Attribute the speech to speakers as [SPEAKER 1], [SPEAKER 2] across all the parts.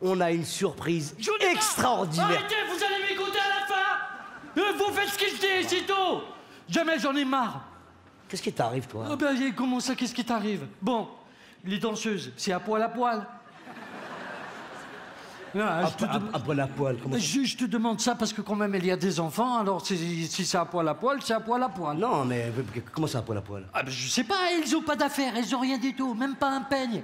[SPEAKER 1] on a une surprise
[SPEAKER 2] Je vous dis pas.
[SPEAKER 1] extraordinaire.
[SPEAKER 2] Arrêtez, vous allez m'écouter à la fin Euh, Vous faites ce que je dis, c'est tout Jamais j'en ai marre
[SPEAKER 1] Qu'est-ce qui t'arrive,
[SPEAKER 2] Ah
[SPEAKER 1] toi
[SPEAKER 2] ben, et comment ça, qu'est-ce qui t'arrive Bon, les danseuses, c'est à poil à poil. Non,
[SPEAKER 1] Un
[SPEAKER 2] je, te dem-
[SPEAKER 1] poil à poil, comment ça-
[SPEAKER 2] je- je te demande ça parce que quand même, il y a des enfants, alors si, si c'est à poil à poil, c'est à poil à poil.
[SPEAKER 1] Non, mais euh, comment ça, un poil à poil
[SPEAKER 2] Ah ben, je sais pas, elles ont pas d'affaires, elles ont rien du tout, même pas un peigne.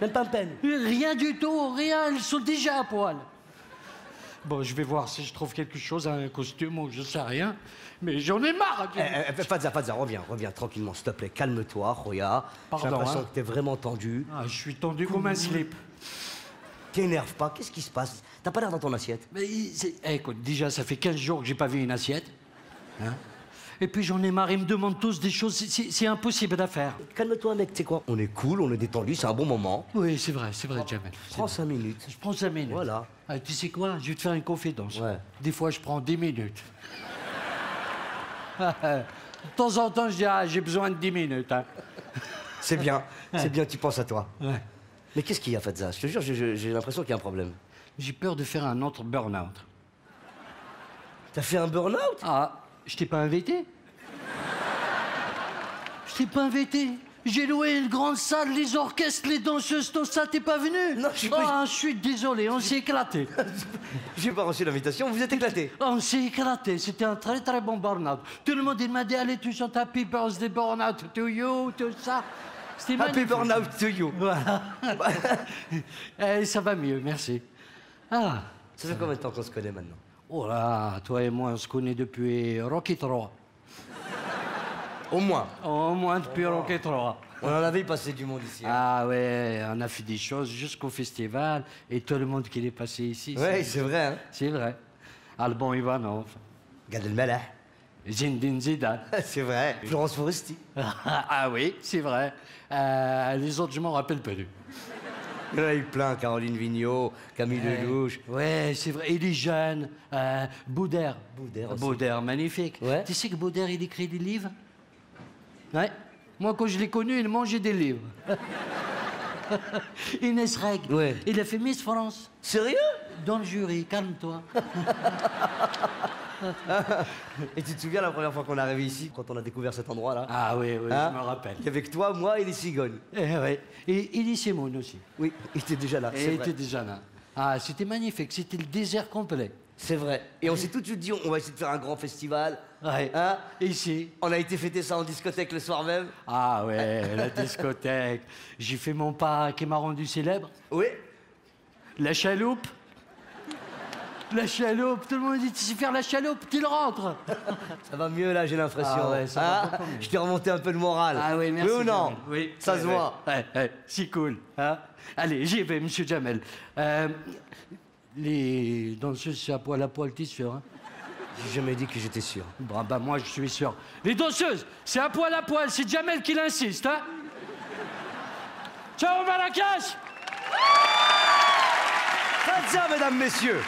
[SPEAKER 1] Même pas un peine.
[SPEAKER 2] Rien du tout, rien, elles sont déjà à poil. Bon, je vais voir si je trouve quelque chose, un costume ou je sais rien, mais j'en ai marre.
[SPEAKER 1] Eh, eh, eh, Fadza, Fadza, reviens, reviens tranquillement, s'il te plaît. Calme-toi, Roya. J'ai
[SPEAKER 2] Pardon,
[SPEAKER 1] l'impression
[SPEAKER 2] hein.
[SPEAKER 1] que t'es vraiment tendu.
[SPEAKER 2] Ah, je suis tendu comme un slip.
[SPEAKER 1] T'énerve pas, qu'est-ce qui se passe T'as pas l'air dans ton assiette.
[SPEAKER 2] Mais il- c'est- eh, écoute, déjà, ça fait 15 jours que j'ai pas vu une assiette. hein. Et puis j'en ai marre, ils me demandent tous des choses, c'est- c'est c'est impossible à faire.
[SPEAKER 1] Calme-toi, mec, tu sais quoi On est cool, on est détendu, c'est un bon moment.
[SPEAKER 2] Oui, c'est vrai, c'est vrai, Jamel. c'est
[SPEAKER 1] Prends 5 minutes.
[SPEAKER 2] Je prends 5 minutes.
[SPEAKER 1] Voilà.
[SPEAKER 2] Ah, tu sais quoi Je vais te faire une confidence.
[SPEAKER 1] Ouais.
[SPEAKER 2] Des fois, je prends 10 minutes. de temps en temps, je dis, ah, j'ai besoin de 10 minutes. hein.
[SPEAKER 1] C'est bien, c'est bien, tu penses à toi.
[SPEAKER 2] Ouais.
[SPEAKER 1] Mais qu'est-ce qu'il y a, Fadza Je te jure, je- je- j'ai l'impression qu'il y a un problème.
[SPEAKER 2] J'ai peur de faire un autre burn-out.
[SPEAKER 1] T'as fait un burn-out
[SPEAKER 2] Ah, je t'ai pas invité Je t'ai pas invité j'ai loué une grande salle, les orchestres, les danseuses, tout ça, t'es pas venu
[SPEAKER 1] Non, je suis pas-
[SPEAKER 2] Ah, je suis désolé, on s'est éclaté.
[SPEAKER 1] J'ai pas reçu l'invitation, vous êtes éclaté.
[SPEAKER 2] On s'est éclaté, c'était un très très bon burn-out. Tout le monde il m'a dit allez tu chantes Happy Birthday Burn-out to you, tout ça. C'était
[SPEAKER 1] Happy
[SPEAKER 2] magnifique.
[SPEAKER 1] burn-out to you.
[SPEAKER 2] Voilà. Eh, ça va mieux, merci. Ah,
[SPEAKER 1] Ça fait combien de temps qu'on se connaît maintenant
[SPEAKER 2] oh là, toi et moi on se connaît depuis Rocky 3.
[SPEAKER 1] Au moins.
[SPEAKER 2] Au moins depuis Rocky 3.
[SPEAKER 1] On en avait passé du monde ici. hein.
[SPEAKER 2] Ah ouais, on a fait des choses jusqu'au festival et tout le monde qui est passé ici.
[SPEAKER 1] ouais,
[SPEAKER 2] c'est-
[SPEAKER 1] c'est vrai. Hein.
[SPEAKER 2] C'est vrai. Alban Ivanov,
[SPEAKER 1] Gad Elmaleh.
[SPEAKER 2] Zindine Zidane.
[SPEAKER 1] C'est vrai. Florence Foresti.
[SPEAKER 2] ah oui, c'est vrai. Euh, les autres, je m'en rappelle pas du.
[SPEAKER 1] Il y en a eu plein. Caroline Vigneault, Camille Lelouch.
[SPEAKER 2] Ouais, c'est vrai. Il est jeune. Euh, Boudère.
[SPEAKER 1] Boudère aussi.
[SPEAKER 2] Boudère, magnifique.
[SPEAKER 1] Ouais.
[SPEAKER 2] Tu sais que Boudère, il écrit des livres Ouais. Moi, quand je l'ai connu, il mangeait des livres. Inès Reg.
[SPEAKER 1] Ouais.
[SPEAKER 2] Il a fait Miss France.
[SPEAKER 1] Sérieux
[SPEAKER 2] Dans le jury, calme-toi.
[SPEAKER 1] Et tu te souviens la première fois qu'on est arrivé ici, quand on a découvert cet endroit-là
[SPEAKER 2] Ah oui, oui,
[SPEAKER 1] Hein
[SPEAKER 2] je me rappelle.
[SPEAKER 1] Il y avait que toi, moi et les cigognes.
[SPEAKER 2] Eh ouais. Et Elie Semoun aussi.
[SPEAKER 1] Oui, il était déjà là. c'est
[SPEAKER 2] Et
[SPEAKER 1] vrai.
[SPEAKER 2] était déjà là. Ah, c'était magnifique. C'était le désert complet.
[SPEAKER 1] C'est vrai. Et on s'est tout de suite dit, on va essayer de faire un grand festival.
[SPEAKER 2] Ouais.
[SPEAKER 1] Hein
[SPEAKER 2] Ici.
[SPEAKER 1] On a été fêter ça en discothèque le soir même.
[SPEAKER 2] Ah ouais, la discothèque. J'ai fait mon pas qui m'a rendu célèbre.
[SPEAKER 1] Oui.
[SPEAKER 2] La chaloupe. La chaloupe. Tout le monde dit Tu sais faire la chaloupe, qu'il rentre.
[SPEAKER 1] Ça va mieux là, j'ai l'impression.
[SPEAKER 2] Ah ouais, ça va beaucoup mieux.
[SPEAKER 1] Je t'ai remonté un peu le moral.
[SPEAKER 2] Ah oui, merci.
[SPEAKER 1] Oui ou non
[SPEAKER 2] Jamel. Oui.
[SPEAKER 1] Ça
[SPEAKER 2] Ouais,
[SPEAKER 1] se
[SPEAKER 2] ouais.
[SPEAKER 1] voit.
[SPEAKER 2] Ouais, ouais, c'est cool. hein. Allez, j'y vais, monsieur Jamel. Euh, les danseuses, c'est à poil à poil, t'es sûr hein
[SPEAKER 1] J'ai jamais dit que j'étais sûr.
[SPEAKER 2] Bah, bah, moi, je suis sûr. Les danseuses, c'est à poil à poil, c'est Jamel qui l'insiste, hein Ciao, on va à la casse
[SPEAKER 1] Faites ça, mesdames, messieurs